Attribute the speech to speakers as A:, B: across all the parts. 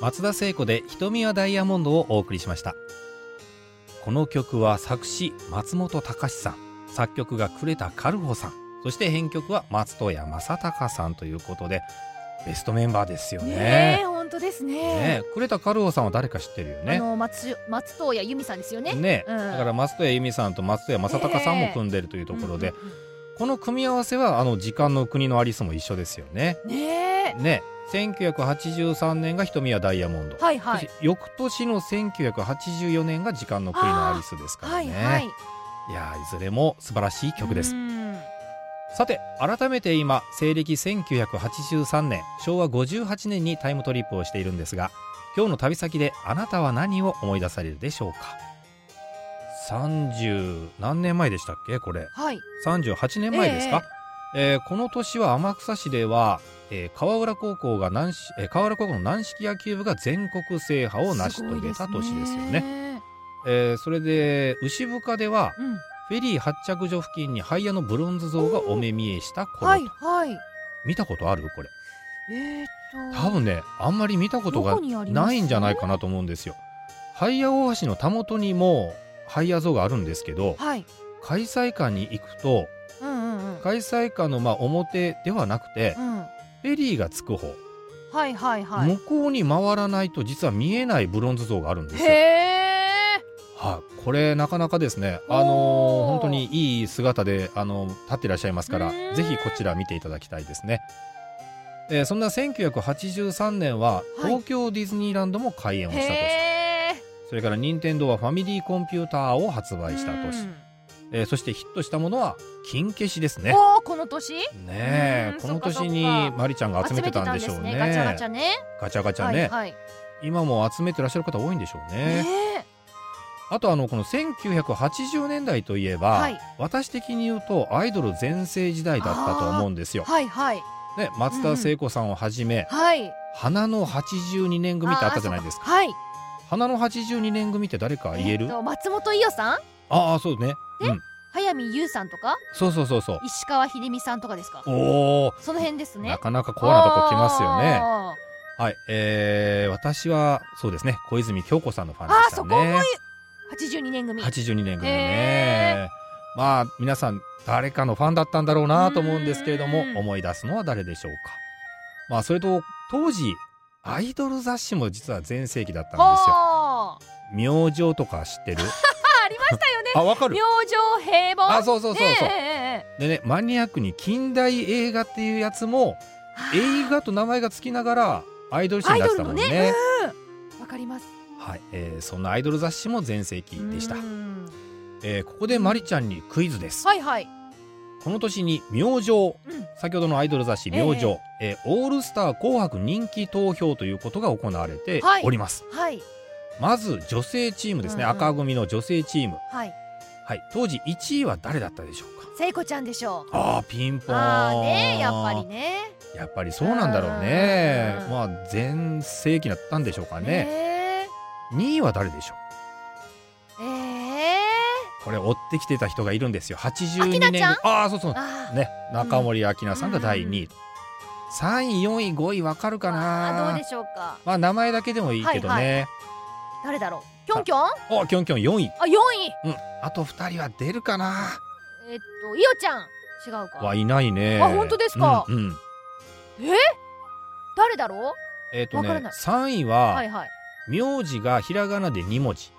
A: 松田聖子で瞳はダイヤモンドをお送りしましたこの曲は作詞松本隆さん作曲が呉田カルホさんそして編曲は松任谷正隆さんということでベストメンバーですよ
B: ねえ
A: ね。
B: 本当ですね
A: ねえ呉田カルホさんは誰か知ってるよ
B: あ
A: ね。
B: の松松任谷由実さんですよね
A: ね、
B: うん
A: だから松任谷由実さんと松任谷正隆さんも組んでるというところで、
B: うんうん
A: この組み合わせはあの時間の国のアリスも一緒ですよね。
B: うんね
A: ね、1983年が瞳はダイヤモンド。
B: えはいは
A: そし
B: い
A: て翌年の1984年が時間の国のアリスですから
B: は
A: ね。
B: いはい
A: いやーいずれも素晴らしい曲です。
B: うん
A: さて改めて今西暦1983年昭和58年にタイムトリップをしているんですが今日の旅先であなたは何を思い出されるでしょうか30何年前でしたっけこれ
B: はい
A: 38年前ですか、えーこの年は天草市では、えー川浦高校が軟式えー川浦高校の軟式野球部が全国制覇を成し遂げた年ですよね
B: ね
A: えーそれで牛深では
B: うん
A: フェリー発着所付近にハイヤのブロンズ像がお目見えした頃と、
B: はいはい
A: 見たことあるこれ
B: えーっと
A: 多分ねあんまり見たこと
B: ど
A: が
B: こにあります
A: ないんじゃないかなと思うんですよハイヤ大橋のたもとにもハイヤ像があるんですけど
B: はい
A: 開催館に行くと
B: うんうんうん
A: 開催館のまあ表ではなくて
B: うん
A: フェリーがつく方、
B: はいはいはい
A: 向こうに回らないと実は見えないブロンズ像があるんです
B: へ
A: よ
B: え
A: はい、これなかなかですね、
B: おー
A: あのー本当にいい姿で、あの立っていらっしゃいますから、
B: ねー
A: ぜひこちら見ていただきたいですね。えーそんな1983年は
B: はい
A: 東京ディズニーランドも開園をした年、
B: へえ
A: それから任天堂はファミリーコンピューターを発売した年、えーそしてヒットしたものは金消しですね。
B: おおこの年
A: ね
B: う
A: え
B: ん
A: この
B: そっ
A: 年
B: か
A: に
B: そっか
A: マリちゃんが集めてたんでしょうね。
B: ガチャガチャね
A: ガチャガチャ
B: は
A: ね、
B: いはい
A: 今も集めてらっしゃる方多いんでしょうね。
B: ね
A: あとあのこの1980年代といえば、
B: はい
A: 私的に言うとアイドル全盛時代だったと思うんですよ。
B: はいはい
A: ね、松田聖子さんをはじめ、
B: はい
A: 花の82年組ってあったじゃないですか。
B: かはい
A: 花の82年組って誰か言える、
B: っと松本伊代さん
A: ああそうね。うん、
B: 早見優さんとか
A: そうそうそうそう。
B: 石川秀美さんとかですか
A: おお、
B: その辺ですね
A: なかなかコアなとこ来ますよね。
B: あ
A: はい、えー、私はそうですね小泉京子さんのファンで
B: ーあー
A: した
B: そこ思
A: ね
B: い。82年組
A: 82年組
B: へ
A: ね、まあ皆さん誰かのファンだったんだろうなと思うんですけれども
B: うん
A: 思い出すのは誰でしょうかまあそれと当時アイドル雑誌も実は全盛期だったんですよ
B: あー
A: 明星とか知 ってる
B: ありましたよね
A: あわか
B: 明星平凡
A: あそうそうそうそう、
B: ええええ
A: でねマニアックに近代映画っていうやつも
B: ええ
A: 映画と名前が付きながらアイドル誌になってたもんね
B: アイドルのねわかります
A: はい、えーそんなアイドル雑誌も全盛期でした
B: う、ん
A: えーここでマリちゃんにクイズです、
B: はいはい
A: この年に明星
B: うん
A: 先ほどのアイドル雑誌「明星」えーオールスター紅白人気投票ということが行われております、
B: はい
A: まず女性チームですね、
B: うんうん
A: 赤組の女性チーム、
B: はい
A: はい、当時1位は誰だったでしょうか
B: 聖子ちゃんでしょう
A: ああピンポーン
B: ああねやっぱりね
A: やっぱりそうなんだろうね
B: うん
A: まあ全盛期だったんでしょうかね
B: ね
A: 2位は誰でしょ
B: ええ
A: うこれ追ってきてた人がいるんですよ82
B: 明菜
A: 年
B: ちゃん
A: ああそうそう
B: あー
A: ね中森明菜さんが第2位、3位4位5位わかるか
B: あーどう
A: な
B: でしょうか
A: まあ名前だけでもいいけどね、
B: はい誰だろうキョンキョン
A: おキョンキョン4位
B: あ4位
A: うんあと2人は出るかな
B: えっといおちゃん違うか
A: はいないね
B: あ本当ですか
A: うん、うん
B: 誰だろ
A: えっ、と
B: わから
A: ね
B: ない
A: 3位
B: うはい
A: は
B: はい
A: 名字がひらがなで2文字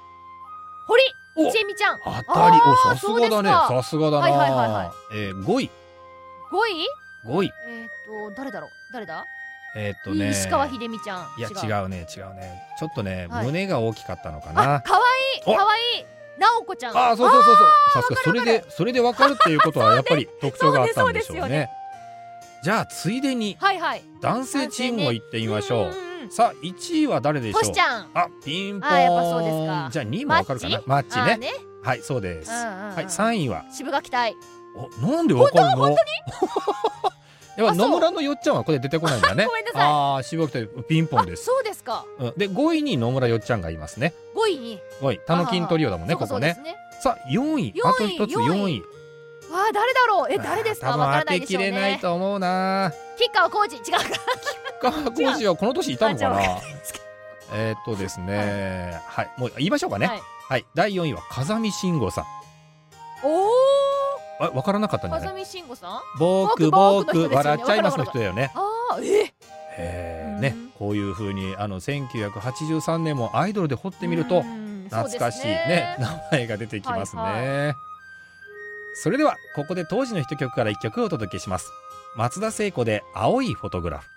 B: 堀
A: お
B: ちえみちゃん5
A: 当たり
B: あー
A: おさすがだね
B: そ
A: さ
B: う
A: すがだな、
B: はいはいはいはい
A: えー、5位
B: 位
A: 5位
B: えっと誰だろう誰だ
A: えっ、とね
B: 石川秀美ちゃん
A: いや
B: う
A: 違うね違うねちょっとね、
B: はい
A: 胸が大きかったのか
B: あ
A: な
B: 可愛
A: お
B: い可愛い直子ちゃん
A: あーそうそうそうそうさすがそ
B: わ
A: れ
B: かるわかる
A: でそれでわかるっていうことはやっぱり特徴があったんでしょう
B: そ
A: ね
B: うですそうです
A: じゃあついでに
B: はいはい
A: 男性チームも行ってみましょう
B: うんうんうん
A: さあ1位は誰でしょ
B: ト
A: う
B: シちゃん
A: あ、ピンポーン。
B: あやっぱそうですか
A: じゃあ2位もわかるかな。マッチ
B: あー
A: ね。はい、そうです。
B: うんうん
A: は
B: うん
A: い、3位は。
B: 渋垣隊
A: お、なんでわかるの？本 当に？やっぱ
B: あそう。
A: 野村のよっちゃんはこれ出てこないんだね
B: ごめんなさい
A: ああ、渋谷とピンポン
B: あ
A: です。
B: そうですか
A: うんで5位に野村よっちゃんがいますね。
B: 5位に
A: 5位、タノキントリオだもんね、
B: そうか
A: こ
B: そ
A: こ
B: うです
A: ね。
B: ね
A: さあ4位、
B: 四位
A: あと一つ
B: 四位
A: 4位。
B: わあ誰だろうえ誰です
A: あー
B: か
A: 多
B: わ
A: 分
B: から
A: 当
B: ない
A: て
B: で
A: き
B: しょう
A: れない
B: ね
A: と 思うな。
B: 吉川晃司違うか
A: 吉川晃司はこの年いたのか
B: あ
A: な
B: じゃあ。
A: えーっとですね、はい、もう言いましょう かね。は、
B: はいい、
A: 第4位は風見慎吾さん。
B: おお
A: あ、わからなかったんじゃな
B: 風
A: い。
B: 見慎吾さんあ
A: 僕僕、
B: 僕僕の人ですよね
A: 笑っちゃいますの人だよね。
B: あーえ
A: え
B: う
A: ー、
B: ん
A: ね、こういう風に、あの1983年もアイドルで掘ってみる
B: う
A: と。
B: ん
A: 懐かしいね
B: そうです
A: 名前が出てきますね、
B: はい
A: それではここで当時のヒット曲から1曲をお届けします松田聖子で「青いフォトグラフ」